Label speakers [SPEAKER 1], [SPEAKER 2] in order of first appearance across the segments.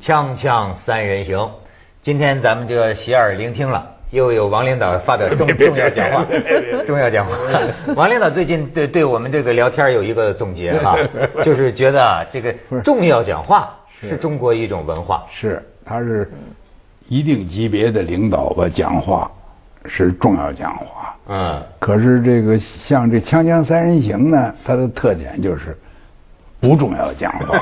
[SPEAKER 1] 锵锵三人行，今天咱们就洗耳聆听了，又有王领导发表 重重要讲话，重要讲话。王领导最近对对我们这个聊天有一个总结 哈、就是觉得啊这个重要讲话是中国一种文化。
[SPEAKER 2] 是，他是一定级别的领导吧，讲话是重要讲话。
[SPEAKER 1] 嗯，
[SPEAKER 2] 可是这个像这《锵锵三人行》呢，它的特点就是不重要讲 话，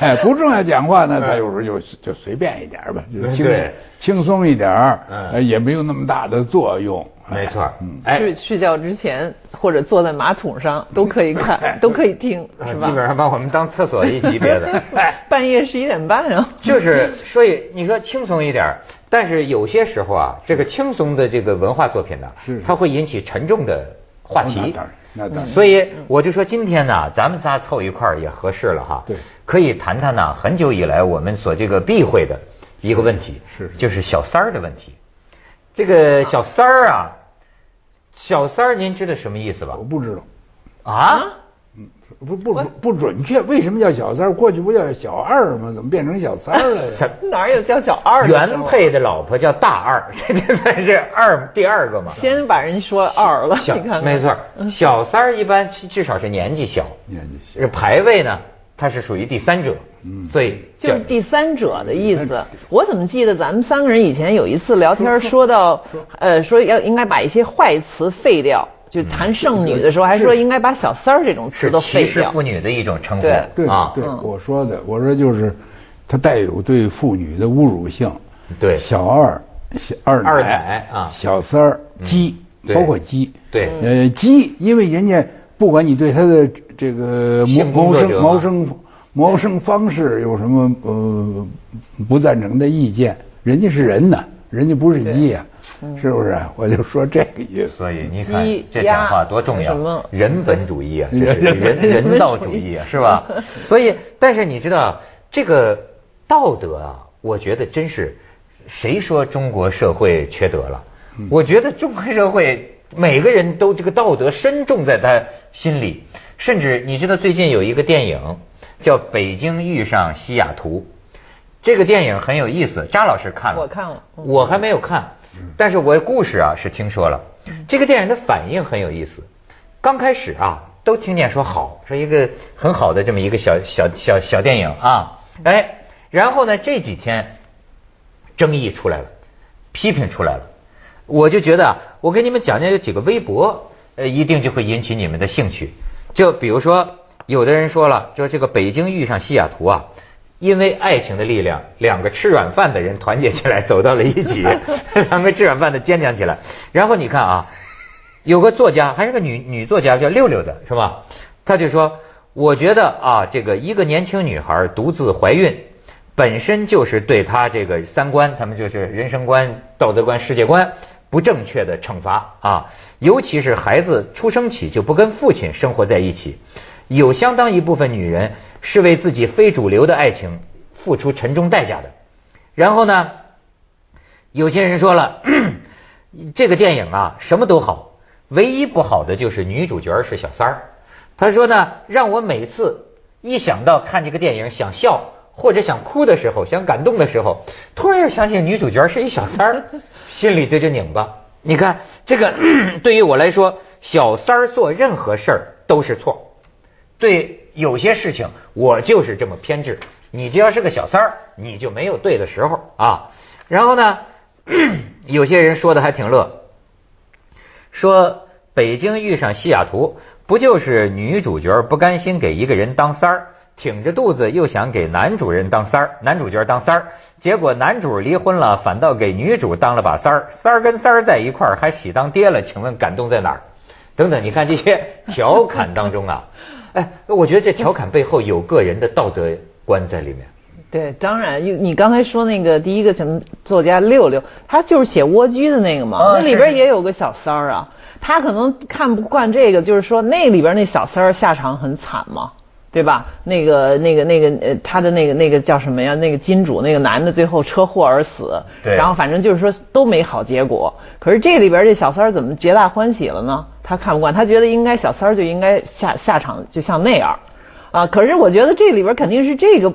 [SPEAKER 2] 哎，不重要讲话呢，他有时候就就随便一点儿吧，就是轻
[SPEAKER 1] 嗯对
[SPEAKER 2] 轻松一点儿，
[SPEAKER 1] 嗯
[SPEAKER 2] 呃也没有那么大的作用。哎
[SPEAKER 1] 没错。
[SPEAKER 2] 嗯，
[SPEAKER 1] 哎，
[SPEAKER 3] 睡睡觉之前或者坐在马桶上都可以看，都可以听，
[SPEAKER 1] 啊
[SPEAKER 3] 是
[SPEAKER 1] 基本
[SPEAKER 3] 吧？
[SPEAKER 1] 上把我们当厕所一级别 的。哎，
[SPEAKER 3] 半夜十一点半啊，
[SPEAKER 2] 嗯
[SPEAKER 1] 就是所以你说轻松一点儿，但是有些时候啊，这个轻松的这个文化作品呢
[SPEAKER 2] 是，哦
[SPEAKER 1] 它会引起沉重的话题。
[SPEAKER 2] 那当然那当然嗯
[SPEAKER 1] 所以我就说今天呢，咱们仨凑一块儿也合适了哈。
[SPEAKER 2] 对
[SPEAKER 1] 可以谈谈呢，很久以来我们所这个避讳的一个问题，
[SPEAKER 2] 是是
[SPEAKER 1] 就是小三儿的问题。这个小三儿啊，小三儿，您知道什么意思吧
[SPEAKER 2] 哎我？不知道，
[SPEAKER 1] 啊？
[SPEAKER 2] 嗯，不不不准确，为什么叫小三儿？过去不叫小二吗？怎么变成小三儿了呀？
[SPEAKER 1] 小
[SPEAKER 3] 哪有叫小二的时候啊
[SPEAKER 1] 原配的老婆叫大二， 这才是二第二个嘛。
[SPEAKER 3] 先把人说二了，
[SPEAKER 1] 小
[SPEAKER 3] 你看看，嗯
[SPEAKER 1] 没错儿，小三儿一般至至少是年纪小，
[SPEAKER 2] 年纪小
[SPEAKER 1] 这排位呢，它是属于第三者，
[SPEAKER 2] 嗯
[SPEAKER 1] 所以
[SPEAKER 3] 就
[SPEAKER 1] 叫
[SPEAKER 3] 是第三者的意
[SPEAKER 2] 第三
[SPEAKER 3] 思
[SPEAKER 1] 哎
[SPEAKER 2] 者。
[SPEAKER 3] 我怎么记得咱们三个人以前有一次聊天说到，呃，说要应该把一些坏词废掉，就谈剩女的时候还说应该把小三儿这种词
[SPEAKER 1] 是
[SPEAKER 3] 都
[SPEAKER 1] 歧
[SPEAKER 3] 废
[SPEAKER 1] 视
[SPEAKER 3] 掉
[SPEAKER 1] 妇。女的一种称呼，
[SPEAKER 3] 对
[SPEAKER 2] 对
[SPEAKER 1] 啊，
[SPEAKER 2] 对，
[SPEAKER 3] 嗯
[SPEAKER 2] 我说的，我说就是，它带有对妇女的侮辱性。
[SPEAKER 1] 对
[SPEAKER 2] 小二、小二
[SPEAKER 1] 二奶啊
[SPEAKER 2] 小三儿、鸡，
[SPEAKER 1] 对
[SPEAKER 2] 包括鸡。
[SPEAKER 1] 对
[SPEAKER 2] 呃，鸡，因为人家不管你对他的这个谋
[SPEAKER 1] 性工
[SPEAKER 2] 谋
[SPEAKER 1] 作者啊嘛
[SPEAKER 2] 生谋生谋生方式有什么呃不赞成的意见，人家是人呐，人家不是鸡呀，是不是？我就说这个意思。
[SPEAKER 1] 所以你看
[SPEAKER 3] 鸡
[SPEAKER 1] 这讲话
[SPEAKER 3] 鸭
[SPEAKER 1] 多重
[SPEAKER 3] 什
[SPEAKER 1] 要
[SPEAKER 3] 么，
[SPEAKER 1] 人本主义啊，这
[SPEAKER 2] 对
[SPEAKER 1] 是人人道主义啊，是吧？ 所以，但是你知道这个道德啊，我觉得真是谁说中国社会缺德了？我觉得中国社会每个人都这个道德深重在他心里，甚至你知道最近有一个电影叫《北京遇上西雅图》，这个电影很有意思，张老师看了，
[SPEAKER 3] 我看了嗯
[SPEAKER 1] 我还没有看，但是我故事啊是听说了。
[SPEAKER 3] 嗯
[SPEAKER 1] 这个电影的反应很有意思，刚开始啊都听见说好，是一个很好的这么一个小小小小电影啊，
[SPEAKER 3] 嗯
[SPEAKER 1] 哎，然后呢这几天争议出来了，批评出来了，我就觉得啊我给你们讲讲这几个微博，呃，一定就会引起你们的兴趣。就比如说，有的人说了，说这个北京遇上西雅图啊，因为爱情的力量，两个吃软饭的人团结起来走到了一起，两个吃软饭的坚强起来。然后你看啊，有个作家，还是个女女作家，叫六六的是吧？她就说，我觉得啊，这个一个年轻女孩独自怀孕，本身就是对她这个三观，他们就是人生观、道德观、世界观不正确的惩罚啊。尤其是孩子出生起就不跟父亲生活在一起，有相当一部分女人是为自己非主流的爱情付出沉重代价的。然后呢，有些人说了， 这个电影啊什么都好，唯一不好的就是女主角是小三儿。他说呢，让我每次一想到看这个电影想笑或者想哭的时候，想感动的时候，突然又想起女主角是一小三儿，心里这就拧巴。你看这个 对于我来说，小三儿做任何事儿都是错。对有些事情，我就是这么偏执。你只要是个小三儿，你就没有对的时候啊。然后呢， 有些人说的还挺乐，说北京遇上西雅图，不就是女主角不甘心给一个人当三儿，挺着肚子又想给男主人当三儿，男主角当三儿，结果男主离婚了，反倒给女主当了把三儿，三儿跟三儿在一块儿还喜当爹了，请问感动在哪儿？等等，你看这些调侃当中 啊，哎，我觉得这调侃背后有个人的道德观在里面。
[SPEAKER 3] 对，当然，你你刚才说那个第一个什么作家六六，他就是写蜗居的那个嘛，
[SPEAKER 1] 啊
[SPEAKER 3] 那里边也有个小三儿啊，他可能看不惯这个，就是说那里边那小三儿下场很惨嘛，对吧？那个那个那个呃，他的那个那个叫什么呀？那个金主那个男的最后车祸而死，
[SPEAKER 1] 对
[SPEAKER 3] 然后反正就是说都没好结果。可是这里边这小三儿怎么皆大欢喜了呢？他看不惯，他觉得应该小三儿就应该下下场就像那样儿。啊，可是我觉得这里边肯定是这个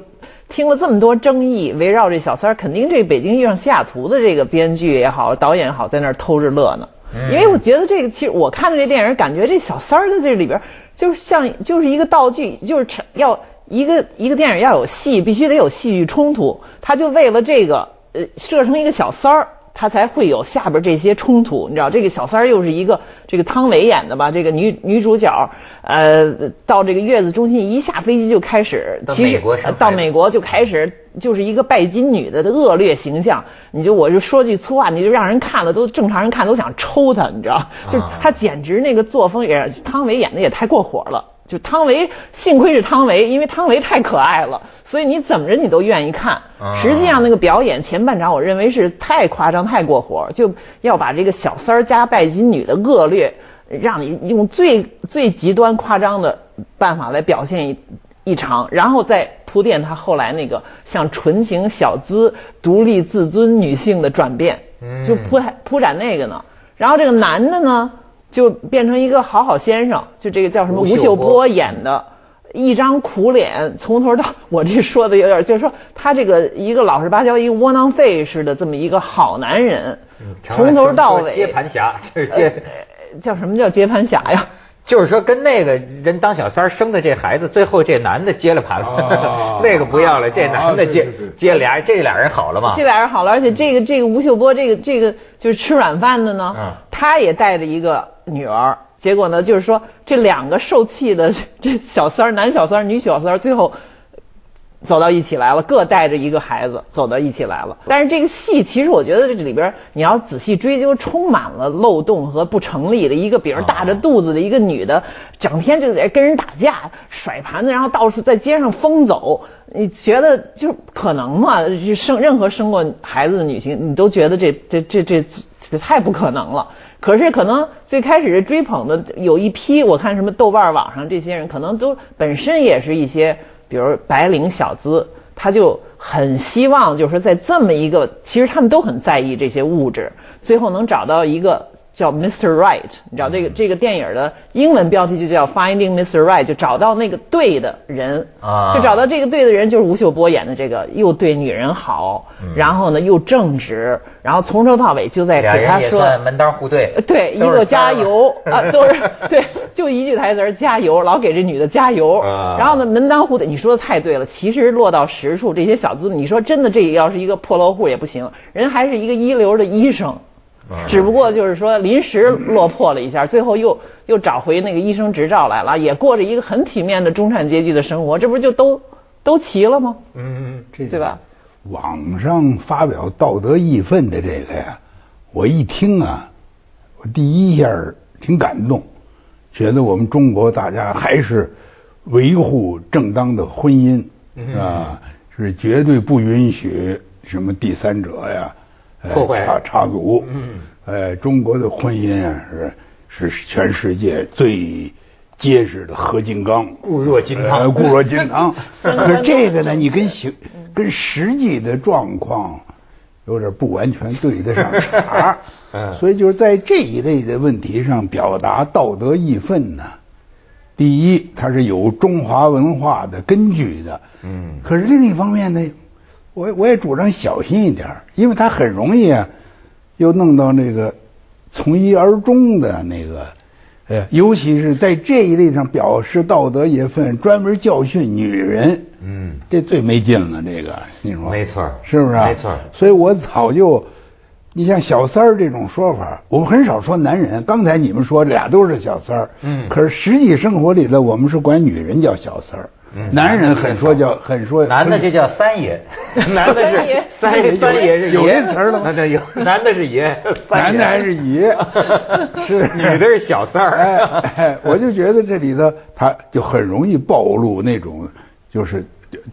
[SPEAKER 3] 听了这么多争议，围绕这小三儿，肯定这《北京遇上西雅图》的这个编剧也好，导演也好，在那儿偷着乐呢。因为我觉得这个，其实我看的这电影，感觉这小三儿在这里边儿就是像就是一个道具，就是成要一个一个电影要有戏，必须得有戏剧冲突，他就为了这个呃设成一个小三儿。他才会有下边这些冲突，你知道，这个小三儿又是一个这个汤唯演的吧，这个女女主角，呃，到这个月子中心一下飞机就开始，
[SPEAKER 1] 到
[SPEAKER 3] 其实
[SPEAKER 1] 美国生
[SPEAKER 3] 呃
[SPEAKER 1] 孩
[SPEAKER 3] 到
[SPEAKER 1] 子
[SPEAKER 3] 美国就开始就是一个拜金女的恶劣形象，你就我就说句粗话，你就让人看了都正常人看都想抽她，你知道，就是
[SPEAKER 1] 啊
[SPEAKER 3] 她简直那个作风也汤唯演的也太过火了。就汤唯，幸亏是汤唯，因为汤唯太可爱了，所以你怎么着你都愿意看。
[SPEAKER 1] 啊
[SPEAKER 3] 实际上那个表演前半场，我认为是太夸张、太过火，就要把这个小三儿加拜金女的恶劣，让你用最最极端夸张的办法来表现一一场，然后再铺垫她后来那个像纯情小资、独立自尊女性的转变，
[SPEAKER 1] 嗯
[SPEAKER 3] 就铺铺展那个呢。然后这个男的呢，就变成一个好好先生，就这个叫什么
[SPEAKER 1] 吴
[SPEAKER 3] 吴
[SPEAKER 1] 秀
[SPEAKER 3] 秀
[SPEAKER 1] 波
[SPEAKER 3] 波演的，一张苦脸，从头到我这说的有点，就是说他这个一个老实巴交、一个窝囊废似的这么一个好男人，嗯
[SPEAKER 1] 嗯
[SPEAKER 3] 从头到尾
[SPEAKER 1] 接盘侠，就是 接，
[SPEAKER 3] 呃叫什么叫接盘侠呀？
[SPEAKER 1] 就是说跟那个人当小三儿生的这孩子，最后这男的接了盘了
[SPEAKER 2] 哦，
[SPEAKER 1] 那个不要了，这男的
[SPEAKER 2] 啊
[SPEAKER 1] 接
[SPEAKER 2] 是是是
[SPEAKER 1] 接俩，这俩人好了嘛
[SPEAKER 3] 这？俩人好了，而且这个这个吴秀波这个这个就是吃软饭的呢，
[SPEAKER 1] 嗯
[SPEAKER 3] 他也带着一个女儿，结果呢就是说这两个受气的这小三儿，男小三儿、女小三儿，最后走到一起来了，各带着一个孩子走到一起来了。但是这个戏其实我觉得这里边儿你要仔细追究，充满了漏洞和不成立的。一个比
[SPEAKER 1] 啊
[SPEAKER 3] 如大着肚子的一个女的，整天就在跟人打架、甩盘子，然后到处在街上疯走。你觉得就是可能吗？就生任何生过孩子的女性，你都觉得这这这这这太不可能了。可是可能最开始追捧的有一批，我看什么豆瓣儿网上这些人，可能都本身也是一些，比如白领小资，他就很希望，就是说在这么一个，其实他们都很在意这些物质，最后能找到一个叫 Mr. Right，你知道
[SPEAKER 1] 嗯
[SPEAKER 3] 这个这个电影的英文标题就叫 Finding Mr. Right，就找到那个对的人，
[SPEAKER 1] 啊
[SPEAKER 3] 就找到这个对的人，就是吴秀波演的这个，又对女人好，然后呢又正直，然后从头到尾就在
[SPEAKER 1] 嗯俩
[SPEAKER 3] 给他
[SPEAKER 1] 人也
[SPEAKER 3] 说。
[SPEAKER 1] 算门当户对
[SPEAKER 3] 呃，对，一
[SPEAKER 1] 都是
[SPEAKER 3] 个加
[SPEAKER 1] 三儿
[SPEAKER 3] 油啊，都是对，就一句台词儿加油，老给这女的加油。
[SPEAKER 1] 啊
[SPEAKER 3] 然后呢，门当户对，你说的太对了。其实落到实处，这些小资，你说真的，这要是一个破落户也不行，人还是一个一流的医生。
[SPEAKER 1] 嗯
[SPEAKER 3] 只不过就是说临时落魄了一下，最后又又找回那个医生执照来了，也过着一个很体面的中产阶级的生活，这不就都都齐了吗？
[SPEAKER 1] 嗯，
[SPEAKER 2] 这
[SPEAKER 3] 对吧？
[SPEAKER 2] 网上发表道德义愤的这个呀，我一听啊，我第一下儿挺感动，觉得我们中国大家还是维护正当的婚姻
[SPEAKER 1] 嗯
[SPEAKER 2] 啊，是绝对不允许什么第三者呀、呃
[SPEAKER 1] 破坏
[SPEAKER 2] 插插足。
[SPEAKER 1] 嗯
[SPEAKER 2] 呃，中国的婚姻啊是是全世界最结实的合金刚。
[SPEAKER 1] 固若金汤
[SPEAKER 2] 呃固若金 汤。可是这个呢，
[SPEAKER 3] 嗯
[SPEAKER 2] 你跟行跟实际的状况有点不完全对得上茬儿
[SPEAKER 1] 嗯
[SPEAKER 2] 所以就是在这一类的问题上表达道德义愤呢。第一，它是有中华文化的根据的，
[SPEAKER 1] 嗯
[SPEAKER 2] 可是另一方面呢，我我也主张小心一点儿，因为它很容易啊，又弄到那个从一而终的那个，呃，尤其是在这一类上表示道德义愤，专门教训女人，
[SPEAKER 1] 嗯
[SPEAKER 2] 这最没劲了。这个你说
[SPEAKER 1] 没错儿
[SPEAKER 2] 是不是啊？
[SPEAKER 1] 没错儿
[SPEAKER 2] 所以我早就，你像小三儿这种说法，我很少说男人。刚才你们说俩都是小三儿，
[SPEAKER 1] 嗯
[SPEAKER 2] 可是实际生活里头，我们是管女人叫小三儿，
[SPEAKER 1] 嗯
[SPEAKER 2] 男人很说叫很说
[SPEAKER 1] 男的就叫三爷，男的
[SPEAKER 3] 三
[SPEAKER 1] 是
[SPEAKER 3] 爷
[SPEAKER 1] 三爷，三爷是爷
[SPEAKER 2] 有这词儿了吗
[SPEAKER 1] 那那 有，男的是爷，三
[SPEAKER 2] 男
[SPEAKER 1] 爷，
[SPEAKER 2] 的还是爷 是
[SPEAKER 1] 女的是小三儿
[SPEAKER 2] 哎哎，我就觉得这里头他就很容易暴露那种就是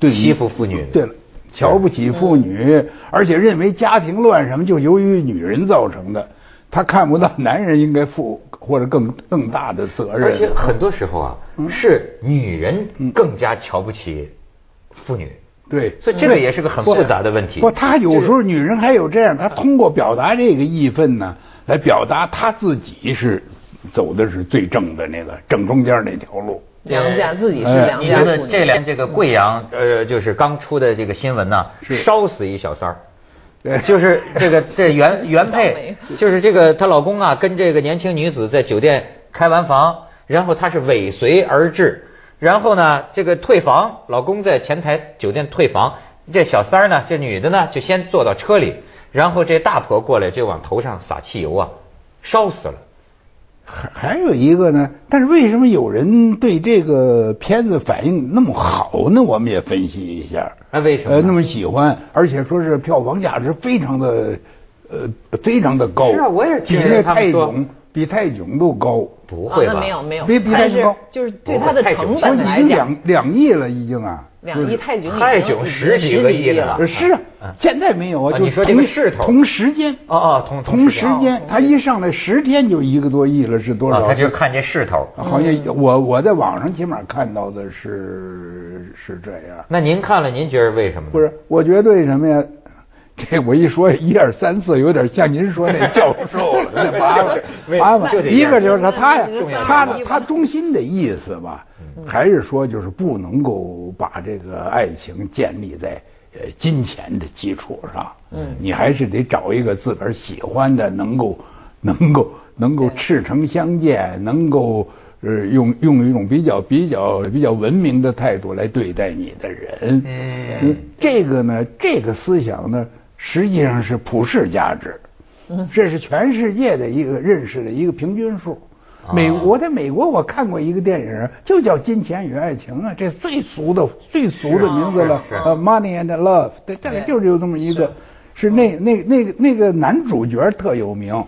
[SPEAKER 2] 对于
[SPEAKER 1] 欺负妇女嗯
[SPEAKER 2] 对了，瞧不起妇女，而且认为家庭乱什么就由于女人造成的，他看不到男人应该负或者更更大的责任。
[SPEAKER 1] 而且很多时候啊，
[SPEAKER 2] 嗯
[SPEAKER 1] 是女人更加瞧不起妇女，
[SPEAKER 2] 对，嗯
[SPEAKER 1] 所以这个也是个很
[SPEAKER 2] 不
[SPEAKER 1] 复杂的问题
[SPEAKER 2] 不，她有时候女人还有这样，她通过表达这个义愤呢，来表达她自己是走的是最正的那个正中间那条路。
[SPEAKER 3] 梁家自己是
[SPEAKER 2] 哎
[SPEAKER 3] 梁
[SPEAKER 1] 你
[SPEAKER 3] 家
[SPEAKER 1] 觉
[SPEAKER 3] 妇
[SPEAKER 1] 得
[SPEAKER 3] 女。
[SPEAKER 1] 这两这个贵阳呃，就是刚出的这个新闻呢，烧死一小三儿。就是这个这 原原配，就是这个她老公啊，跟这个年轻女子在酒店开完房，然后她是尾随而至，然后呢，这个退房，老公在前台酒店退房，这小三儿呢，这女的呢就先坐到车里，然后这大婆过来就往头上撒汽油啊，烧死了。
[SPEAKER 2] 还还有一个呢，但是为什么有人对这个片子反应那么好呢？我们也分析一下。
[SPEAKER 1] 那为什么呢
[SPEAKER 2] 呃，那么喜欢，而且说是票房价值非常的，呃，非常的高。
[SPEAKER 1] 是啊我也
[SPEAKER 2] 比
[SPEAKER 1] 听人
[SPEAKER 2] 那
[SPEAKER 1] 他们
[SPEAKER 2] 泰
[SPEAKER 1] 说
[SPEAKER 2] 囧，比泰囧都高。
[SPEAKER 1] 不会
[SPEAKER 3] 啊
[SPEAKER 1] 吧？
[SPEAKER 3] 那没有没有，
[SPEAKER 2] 比比
[SPEAKER 3] 但
[SPEAKER 2] 泰囧
[SPEAKER 3] 是
[SPEAKER 2] 高
[SPEAKER 3] 就是
[SPEAKER 1] 哦
[SPEAKER 3] 对它的成
[SPEAKER 2] 说
[SPEAKER 1] 本
[SPEAKER 3] 本
[SPEAKER 2] 哦已
[SPEAKER 3] 来
[SPEAKER 2] 经
[SPEAKER 3] 讲，
[SPEAKER 2] 两两亿了，已经啊。
[SPEAKER 3] 两亿泰囧已经
[SPEAKER 1] 泰囧十几个亿了吧
[SPEAKER 3] 了，
[SPEAKER 2] 是啊
[SPEAKER 1] 啊啊，
[SPEAKER 2] 现在没有
[SPEAKER 1] 啊
[SPEAKER 2] 啊，就
[SPEAKER 1] 你说这
[SPEAKER 2] 同
[SPEAKER 1] 个势头
[SPEAKER 2] 同时间
[SPEAKER 1] 哦哦同同
[SPEAKER 2] 同
[SPEAKER 1] 时
[SPEAKER 2] 时
[SPEAKER 1] 间
[SPEAKER 2] 间，他一上来十天就一个多亿了，是多
[SPEAKER 1] 啊
[SPEAKER 2] 少？
[SPEAKER 1] 他就看这势头。
[SPEAKER 2] 好像
[SPEAKER 3] 嗯
[SPEAKER 2] 有我我在网上起码看到的是是这样，
[SPEAKER 1] 那您看了，您觉得为什么呢？
[SPEAKER 2] 不是？我觉得为什么呀？ 这我一说一二三四，有点像您说那教授了，那麻烦
[SPEAKER 1] 为
[SPEAKER 2] 麻烦
[SPEAKER 1] 就得。
[SPEAKER 2] 一个就是他
[SPEAKER 3] 那
[SPEAKER 2] 他呀
[SPEAKER 3] 那重要，
[SPEAKER 2] 他
[SPEAKER 3] 的
[SPEAKER 2] 他中心的意思吧，
[SPEAKER 1] 嗯
[SPEAKER 2] 还是说就是不能够把这个爱情建立在呃金钱的基础上，嗯，你还是得找一个自个儿喜欢的，能够 能够能够赤诚相见，能够呃用用一种比较比较比较文明的态度来对待你的人，
[SPEAKER 1] 嗯
[SPEAKER 2] 这个呢，这个思想呢，实际上是普世价值，
[SPEAKER 1] 嗯
[SPEAKER 2] 这是全世界的一个认识的一个平均数。美
[SPEAKER 1] 啊
[SPEAKER 2] 我在美国我看过一个电影，就叫《金钱与爱情》啊，这最俗的最俗的名字了，
[SPEAKER 1] 是
[SPEAKER 2] 呃，《Money and Love》，对，这里就是有这么一个，是那那那个那个男主角特有名，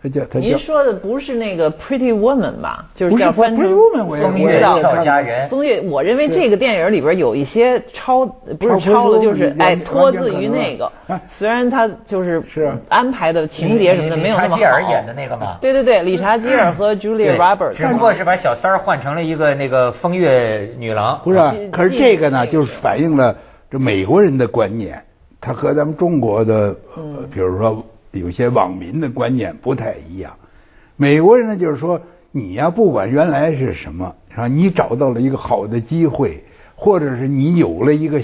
[SPEAKER 2] 他叫他
[SPEAKER 3] 您
[SPEAKER 2] 叫。
[SPEAKER 3] 说的不是那个 Pretty Woman 吧？就是
[SPEAKER 2] 不是
[SPEAKER 3] 叫翻
[SPEAKER 2] 不
[SPEAKER 3] 成
[SPEAKER 2] 是 Woman，我也
[SPEAKER 1] 风
[SPEAKER 3] 风
[SPEAKER 1] 月
[SPEAKER 2] 我也
[SPEAKER 3] 月
[SPEAKER 2] 看
[SPEAKER 1] 俏
[SPEAKER 2] 过
[SPEAKER 1] 佳人，
[SPEAKER 3] 风月，我认为这个电影里边有一些超不是超了，就是哎脱字于那个。虽然他就是
[SPEAKER 2] 啊是
[SPEAKER 3] 安排的情节什么的没有那么好。
[SPEAKER 1] 理查基尔演的那个嘛
[SPEAKER 3] 对对对，理查基尔和 Julia
[SPEAKER 1] 对
[SPEAKER 3] Roberts
[SPEAKER 1] 只不过是把小三儿换成了一个那个风月女郎。
[SPEAKER 2] 不是啊
[SPEAKER 3] 嗯，
[SPEAKER 2] 可是
[SPEAKER 3] 这
[SPEAKER 2] 这个呢，
[SPEAKER 3] 这个
[SPEAKER 2] 就是反映了这美国人的观念，它和咱们中国的，呃比如说有些网民的观念不太一样。美国人呢，就是说你呀，不管原来是什么，啊，你找到了一个好的机会，或者是你有了一个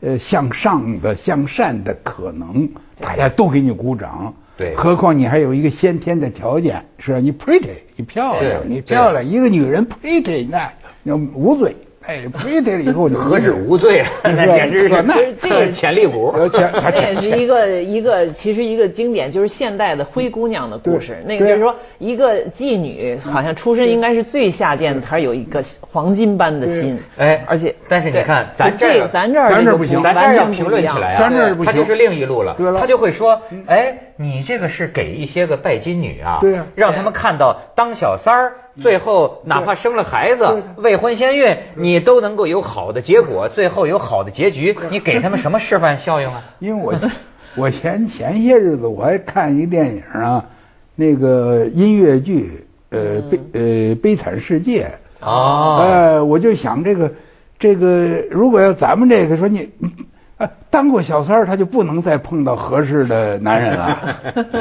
[SPEAKER 2] 呃向上的、向善的可能，大家都给你鼓掌。
[SPEAKER 1] 对
[SPEAKER 2] 何况你还有一个先天的条件，是吧？你 pretty，你漂亮
[SPEAKER 1] 对，
[SPEAKER 2] 你
[SPEAKER 1] 对
[SPEAKER 2] 漂亮，一个女人 pretty 那那无罪，哎，pretty 了以后 就
[SPEAKER 1] 何止无罪 啊， 那简直
[SPEAKER 2] 可
[SPEAKER 1] 是
[SPEAKER 2] 那
[SPEAKER 1] 那潜力股。
[SPEAKER 2] 而 且
[SPEAKER 3] 那也是一个一个，其实一个经典就是现代的灰姑娘的故事。
[SPEAKER 2] 对
[SPEAKER 3] 那个就是说，一个妓女好像出身应该是最下贱的，她有一个黄金般的心。
[SPEAKER 1] 哎，
[SPEAKER 3] 而且
[SPEAKER 1] 但是你
[SPEAKER 3] 对
[SPEAKER 1] 看，咱
[SPEAKER 3] 就这
[SPEAKER 1] 个
[SPEAKER 3] 咱这儿
[SPEAKER 2] 咱这
[SPEAKER 3] 个
[SPEAKER 2] 不行
[SPEAKER 1] 咱这
[SPEAKER 3] 完
[SPEAKER 1] 儿要
[SPEAKER 3] 全不
[SPEAKER 1] 评论
[SPEAKER 3] 一
[SPEAKER 1] 起
[SPEAKER 3] 样嗯
[SPEAKER 1] 来啊，
[SPEAKER 2] 咱这儿不
[SPEAKER 1] 他就
[SPEAKER 2] 行
[SPEAKER 1] 是另一路了，
[SPEAKER 2] 对了
[SPEAKER 1] 他就会说，哎，你这个是给一些个拜金女啊，
[SPEAKER 2] 对啊
[SPEAKER 1] 让他们看到当小三儿，
[SPEAKER 3] 嗯
[SPEAKER 1] 最后哪怕生了孩子，未婚先孕，你都能够有好的结果，最后有好的结局，你给他们什么示范效应啊？
[SPEAKER 2] 因为我 我前前些日子我还看一电影啊，那个音乐剧，呃，悲呃悲惨世界。
[SPEAKER 1] 哦
[SPEAKER 2] 呃，我就想这个这个，如果要咱们这个说你。你呃，当过小三儿，他就不能再碰到合适的男 人了，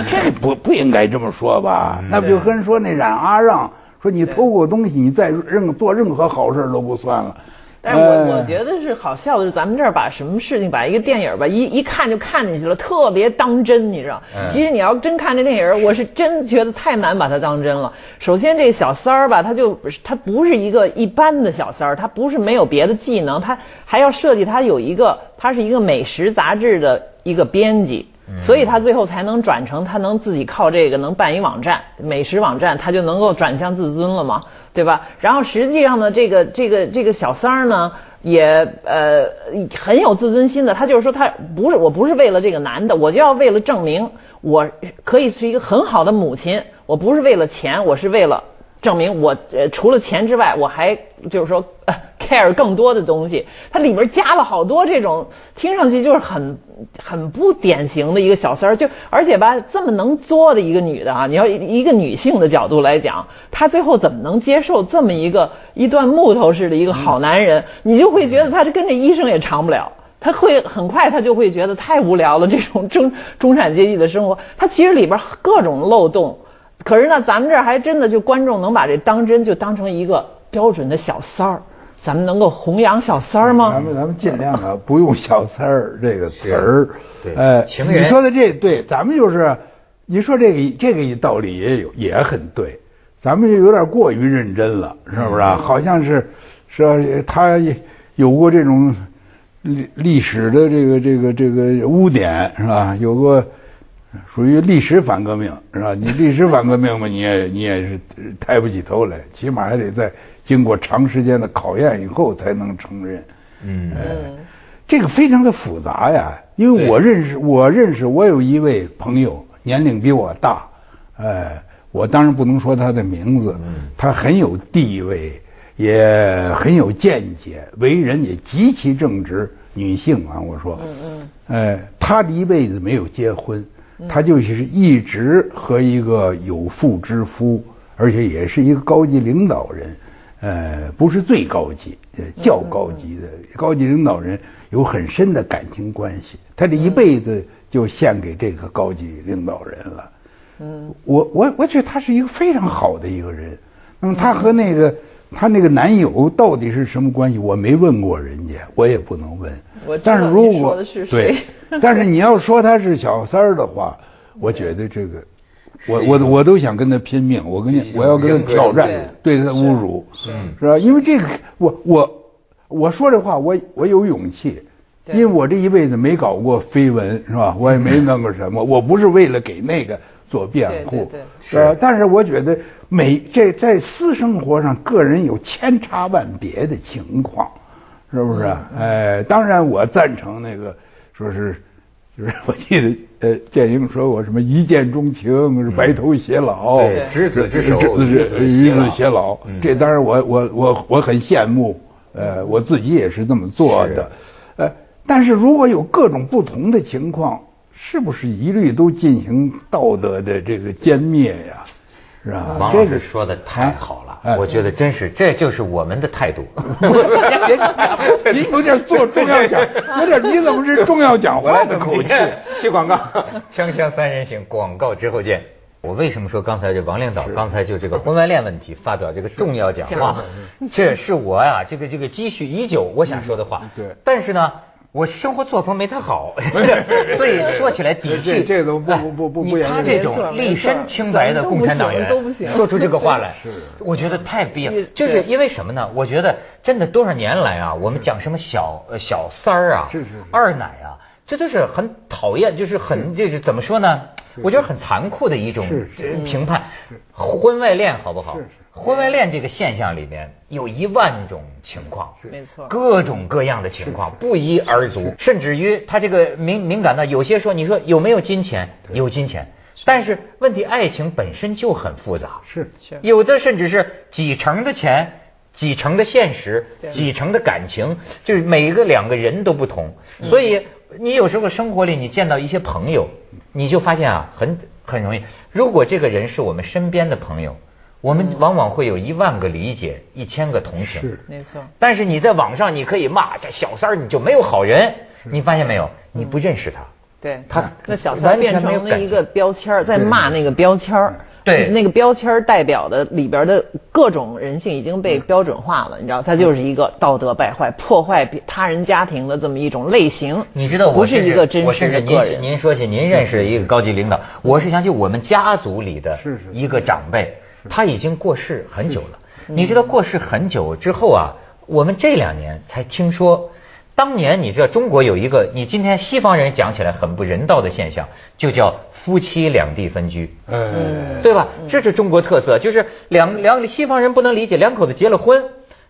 [SPEAKER 2] 这不不应该这么说吧？
[SPEAKER 1] 嗯
[SPEAKER 2] 那不就跟说那冉阿让说你偷过东西，你再任做任何好事都不算了。
[SPEAKER 3] 但是我
[SPEAKER 2] 呃
[SPEAKER 3] 我觉得是好笑的是，咱们这儿把什么事情，把一个电影吧，一一看就看进去了，特别当真，你知道
[SPEAKER 1] 嗯？
[SPEAKER 3] 其实你要真看这电影，我是真觉得太难把它当真了。首先，这小三儿吧，他就他不是一个一般的小三儿，他不是没有别的技能，他还要设计他有一个，他是一个美食杂志的一个编辑。所以他最后才能转成，他能自己靠这个能办一网站，美食网站，他就能够转向自尊了嘛，对吧？然后实际上呢，这个这个这个小三儿呢，也呃很有自尊心的，他就是说他不是我不是为了这个男的，我就要为了证明我可以是一个很好的母亲，我不是为了钱，我是为了证明我呃除了钱之外，我还就是说、呃 care 更多的东西。它里边加了好多这种听上去就是很很不典型的一个小三儿，就而且吧这么能作的一个女的啊，你要一一个女性的角度来讲，她最后怎么能接受这么一个一段木头似的一个好男人？你就会觉得她是跟这医生也长不了。他会很快，他就会觉得太无聊了，这种中中产阶级的生活，它其实里边各种漏洞，可是呢，咱们这儿还真的就观众能把这当真，就当成一个标准的小三儿，咱们能够弘扬小三儿吗？
[SPEAKER 2] 咱们咱们尽量啊，不用“小三儿”这个词儿。
[SPEAKER 1] 对
[SPEAKER 2] 哎，
[SPEAKER 1] 情人
[SPEAKER 2] 你说的这对，咱们就是你说这个这个道理也有也很对，咱们就有点过于认真了，是不是啊？好像是说他有过这种历历史的这个这个这个污点是吧？有过。属于历史反革命是吧？你历史反革命嘛，你也你也是呃抬不起头来，起码还得在经过长时间的考验以后才能承认。
[SPEAKER 1] 嗯
[SPEAKER 2] 哎，这个非常的复杂呀，因为我认识我认识我有一位朋友，年龄比我大，哎，我当然不能说他的名字，他很有地位，也很有见解，为人也极其正直，女性啊，我说，
[SPEAKER 3] 嗯嗯
[SPEAKER 2] 呃，她一辈子没有结婚，她就是一直和一个有妇之夫，而且也是一个高级领导人，呃，不是最高级，
[SPEAKER 3] 嗯
[SPEAKER 2] 呃，较高级的高级领导人有很深的感情关系，她这一辈子就献给这个高级领导人了。
[SPEAKER 3] 嗯
[SPEAKER 2] 我我我觉得他是一个非常好的一个人。那么他和那
[SPEAKER 3] 嗯
[SPEAKER 2] 个他那个男友到底是什么关系？我没问过人家，我也不能问
[SPEAKER 3] 我。知道
[SPEAKER 2] 但是如
[SPEAKER 3] 你说
[SPEAKER 2] 果
[SPEAKER 3] 的是
[SPEAKER 2] 对
[SPEAKER 3] 谁，
[SPEAKER 2] 但是你要说他是小三儿的 话，我觉得这个，我我我都想跟他拼命，我跟
[SPEAKER 1] 一
[SPEAKER 2] 你
[SPEAKER 1] 种
[SPEAKER 2] 我要跟
[SPEAKER 1] 人
[SPEAKER 2] 他
[SPEAKER 1] 格
[SPEAKER 2] 挑战
[SPEAKER 3] 对，
[SPEAKER 2] 对他的侮辱，
[SPEAKER 1] 是嗯
[SPEAKER 2] 是吧？因为这个，我我我说这话，我我有勇气。
[SPEAKER 3] 对
[SPEAKER 2] 因为我这一辈子没搞过绯闻，是 吧？我也没弄过什么，我不是为了给那个做辩护，
[SPEAKER 3] 对对对
[SPEAKER 1] 是
[SPEAKER 2] 呃，但是我觉得每这在私生活上，个人有千差万别的情况，是不是？
[SPEAKER 3] 嗯
[SPEAKER 2] 哎，当然我赞成那个说是，就是我记得呃，建英说过什么一见钟情是白头偕老，
[SPEAKER 1] 对执子之手
[SPEAKER 2] 执子
[SPEAKER 1] 与
[SPEAKER 2] 与
[SPEAKER 1] 子
[SPEAKER 2] 子
[SPEAKER 1] 偕
[SPEAKER 2] 偕
[SPEAKER 1] 老
[SPEAKER 2] 老
[SPEAKER 1] 嗯。
[SPEAKER 2] 这当然我我我我很羡慕，呃，我自己也是这么做
[SPEAKER 1] 是
[SPEAKER 2] 的，呃，但是如果有各种不同的情况。是不是一律都进行道德的这个歼灭呀？是吧？
[SPEAKER 1] 王老
[SPEAKER 2] 这个
[SPEAKER 1] 师说的太好了，
[SPEAKER 2] 哎
[SPEAKER 1] 我觉得真是，这就是我们的 态度。
[SPEAKER 2] 哎您有点做中药讲，有点你怎么是中药讲话的 口气？
[SPEAKER 1] 去广告，锵锵三人行，广告之后见。我为什么说刚才这王领导刚才就这个婚外恋问题发表这个重要讲话？ 这是我呀、这个这个积蓄已久我想说的话。
[SPEAKER 2] 嗯对
[SPEAKER 1] 但是呢，我生活作风没他 好，所以说起来底气。哎
[SPEAKER 2] 这这种不不不不不
[SPEAKER 1] 你他这
[SPEAKER 3] 没错
[SPEAKER 1] 种
[SPEAKER 3] 没错
[SPEAKER 1] 立身清白的共产党员
[SPEAKER 3] 咱们都不行
[SPEAKER 1] 说出这个话来，
[SPEAKER 2] 是
[SPEAKER 1] 我觉得太憋了
[SPEAKER 3] 也。
[SPEAKER 1] 就是
[SPEAKER 3] 对
[SPEAKER 1] 因为什么呢？我觉得真的多少年来啊，我们讲什么小呃小三儿啊，
[SPEAKER 2] 是是是
[SPEAKER 1] 二奶啊，这都是很讨厌，就是很就是怎么说呢？我觉得很残酷的一种
[SPEAKER 2] 是是
[SPEAKER 1] 呃评判。婚外恋好不好
[SPEAKER 2] 是是？
[SPEAKER 1] 婚外恋这个现象里面有一万种情况，
[SPEAKER 3] 没错
[SPEAKER 1] 各种各样的情况不一而足，甚至于他这个敏敏感到有些说，你说有没有金钱？有金钱，但是问题爱情本身就很复杂，
[SPEAKER 2] 是
[SPEAKER 3] 是
[SPEAKER 1] 有的甚至是几成的钱，几成的现实，
[SPEAKER 3] 对
[SPEAKER 1] 几成的感情，就是每个两个人都不同，
[SPEAKER 3] 嗯
[SPEAKER 1] 所以你有时候生活里你见到一些朋友，你就发现啊，很很容易，如果这个人是我们身边的朋友，我们往往会有一万个理解，一千个同情。
[SPEAKER 2] 是
[SPEAKER 3] 没错，
[SPEAKER 1] 但是你在网上你可以骂这小三儿，你就没有好人。你发现没有？你不认识他，
[SPEAKER 3] 对
[SPEAKER 1] 他
[SPEAKER 3] 那小三
[SPEAKER 1] 嗯
[SPEAKER 3] 儿
[SPEAKER 1] 完
[SPEAKER 3] 变
[SPEAKER 1] 全没有
[SPEAKER 3] 成了
[SPEAKER 1] 感
[SPEAKER 3] 一个
[SPEAKER 1] 情。
[SPEAKER 3] 标签儿，在骂那个标签儿。
[SPEAKER 1] 对
[SPEAKER 3] 那个标签儿代表的里边的各种人性已经
[SPEAKER 1] 嗯
[SPEAKER 3] 被标准化了，你知道，它就是一个道德败坏、破坏别他人家庭的这么一种类型。
[SPEAKER 1] 你知道我
[SPEAKER 3] 不是
[SPEAKER 1] 甚至
[SPEAKER 3] 一个真
[SPEAKER 1] 我
[SPEAKER 3] 实
[SPEAKER 1] 甚至
[SPEAKER 3] 的个
[SPEAKER 1] 您
[SPEAKER 3] 人。嗯
[SPEAKER 1] 您说起您认识一个高级领导，我是想起我们家族里的
[SPEAKER 2] 是是
[SPEAKER 1] 一个长辈，他已经过世很久了。你知道
[SPEAKER 3] 嗯
[SPEAKER 1] 过世很久之后啊，我们这两年才听说，当年你知道中国有一个，你今天西方人讲起来很不人道的现象，就叫夫妻两地分居。
[SPEAKER 2] 呃，
[SPEAKER 1] 对吧？这是中国特色，就是两两西方人不能理解，两口子结了婚，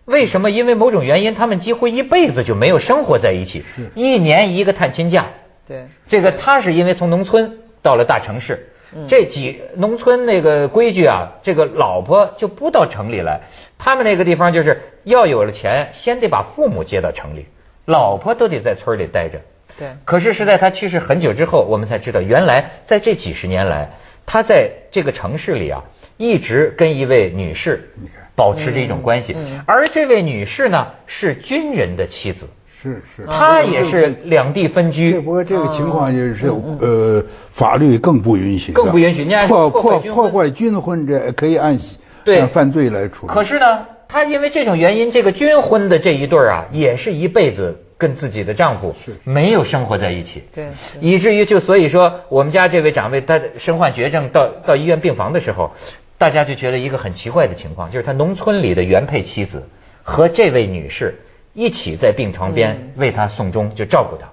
[SPEAKER 1] 为什么？因为某种原因，他们几乎一辈子就没有生活在一起，一年一个探亲假。
[SPEAKER 3] 对，
[SPEAKER 1] 这个他是因为从农村到了大城市，这几农村那个规矩啊，这个老婆就不到城里来，他们那个地方就是要有了钱，先得把父母接到城里，老婆都得在村里待着。
[SPEAKER 3] 对
[SPEAKER 1] 可是是在他去世很久之后，我们才知道，原来在这几十年来，他在这个城市里啊，一直跟一位女士保持着一种关系，
[SPEAKER 2] 嗯
[SPEAKER 1] 而这位女士呢是军人的妻子，
[SPEAKER 2] 是是。
[SPEAKER 1] 她也是两地分
[SPEAKER 2] 这
[SPEAKER 1] 居
[SPEAKER 2] 不。过这个情况就是有呃，法律更不允许的，
[SPEAKER 1] 嗯更不允许你按
[SPEAKER 2] 破
[SPEAKER 1] 破坏
[SPEAKER 2] 破
[SPEAKER 1] 军婚
[SPEAKER 2] 破坏军婚这可以按
[SPEAKER 1] 对
[SPEAKER 2] 按犯罪来处理。
[SPEAKER 1] 可是呢，她因为这种原因，这个军婚的这一对儿啊，也是一辈子跟自己的丈夫
[SPEAKER 2] 是
[SPEAKER 1] 没有生活在一起，
[SPEAKER 3] 对对
[SPEAKER 1] 以至于就所以说，我们家这位长辈他身患绝症到到医院病房的时候，大家就觉得一个很奇怪的情况，就是他农村里的原配妻子和这位女士一起在病床
[SPEAKER 3] 嗯
[SPEAKER 1] 边为他送终，就照顾他。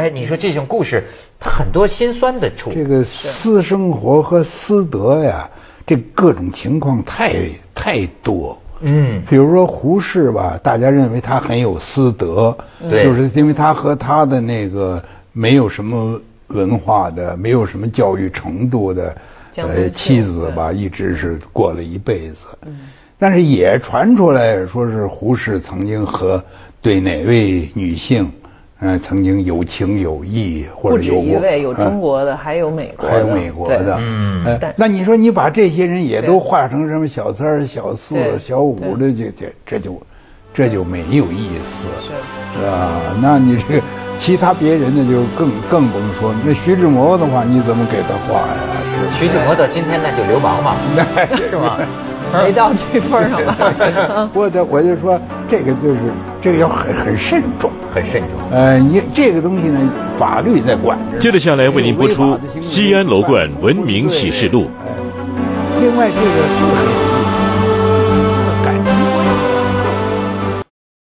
[SPEAKER 1] 哎，你说这种故事，他很多心酸的处。
[SPEAKER 2] 这个私生活和私德呀，这各种情况太太多。
[SPEAKER 1] 嗯
[SPEAKER 2] 比如说胡适吧，大家认为他很有私德，
[SPEAKER 3] 嗯
[SPEAKER 1] 对
[SPEAKER 2] 就是因为他和他的那个没有什么文化的、没有什么教育程度的
[SPEAKER 3] 江
[SPEAKER 2] 呃
[SPEAKER 3] 冬
[SPEAKER 2] 妻
[SPEAKER 3] 秀
[SPEAKER 2] 子
[SPEAKER 3] 对
[SPEAKER 2] 吧，一直是过了一辈子。
[SPEAKER 3] 嗯
[SPEAKER 2] 但是也传出来说是胡适曾经和对哪位女性，呃，曾经有情有义，或
[SPEAKER 3] 不
[SPEAKER 2] 者
[SPEAKER 3] 止
[SPEAKER 2] 有
[SPEAKER 3] 一
[SPEAKER 2] 过
[SPEAKER 3] 位，有
[SPEAKER 2] 呃
[SPEAKER 3] 中国的，还有美国的，
[SPEAKER 2] 还有美国
[SPEAKER 3] 对
[SPEAKER 2] 的，
[SPEAKER 1] 嗯
[SPEAKER 2] 哎
[SPEAKER 3] 但
[SPEAKER 2] 那你说你把这些人也
[SPEAKER 3] 对
[SPEAKER 2] 都化成什么小三儿、小四
[SPEAKER 3] 对、
[SPEAKER 2] 小五的，这这这就这就没有意思
[SPEAKER 3] 是。
[SPEAKER 2] 了，啊，那你这个其他别人的就更更甭说，那徐志摩的话你怎么给他画呀？是？
[SPEAKER 1] 徐志摩到今天那就流氓嘛，是吗？
[SPEAKER 3] 没到这份儿上 吧 嗯
[SPEAKER 2] 我的我就说这个就是这个要很很慎重。
[SPEAKER 1] 很慎重。
[SPEAKER 2] 呃，你这个东西呢，法律在管着。
[SPEAKER 4] 接着下来为您播出
[SPEAKER 2] 违法的行为
[SPEAKER 4] 西安楼冠文明启示录
[SPEAKER 2] 呃哎另外，这个这个很呃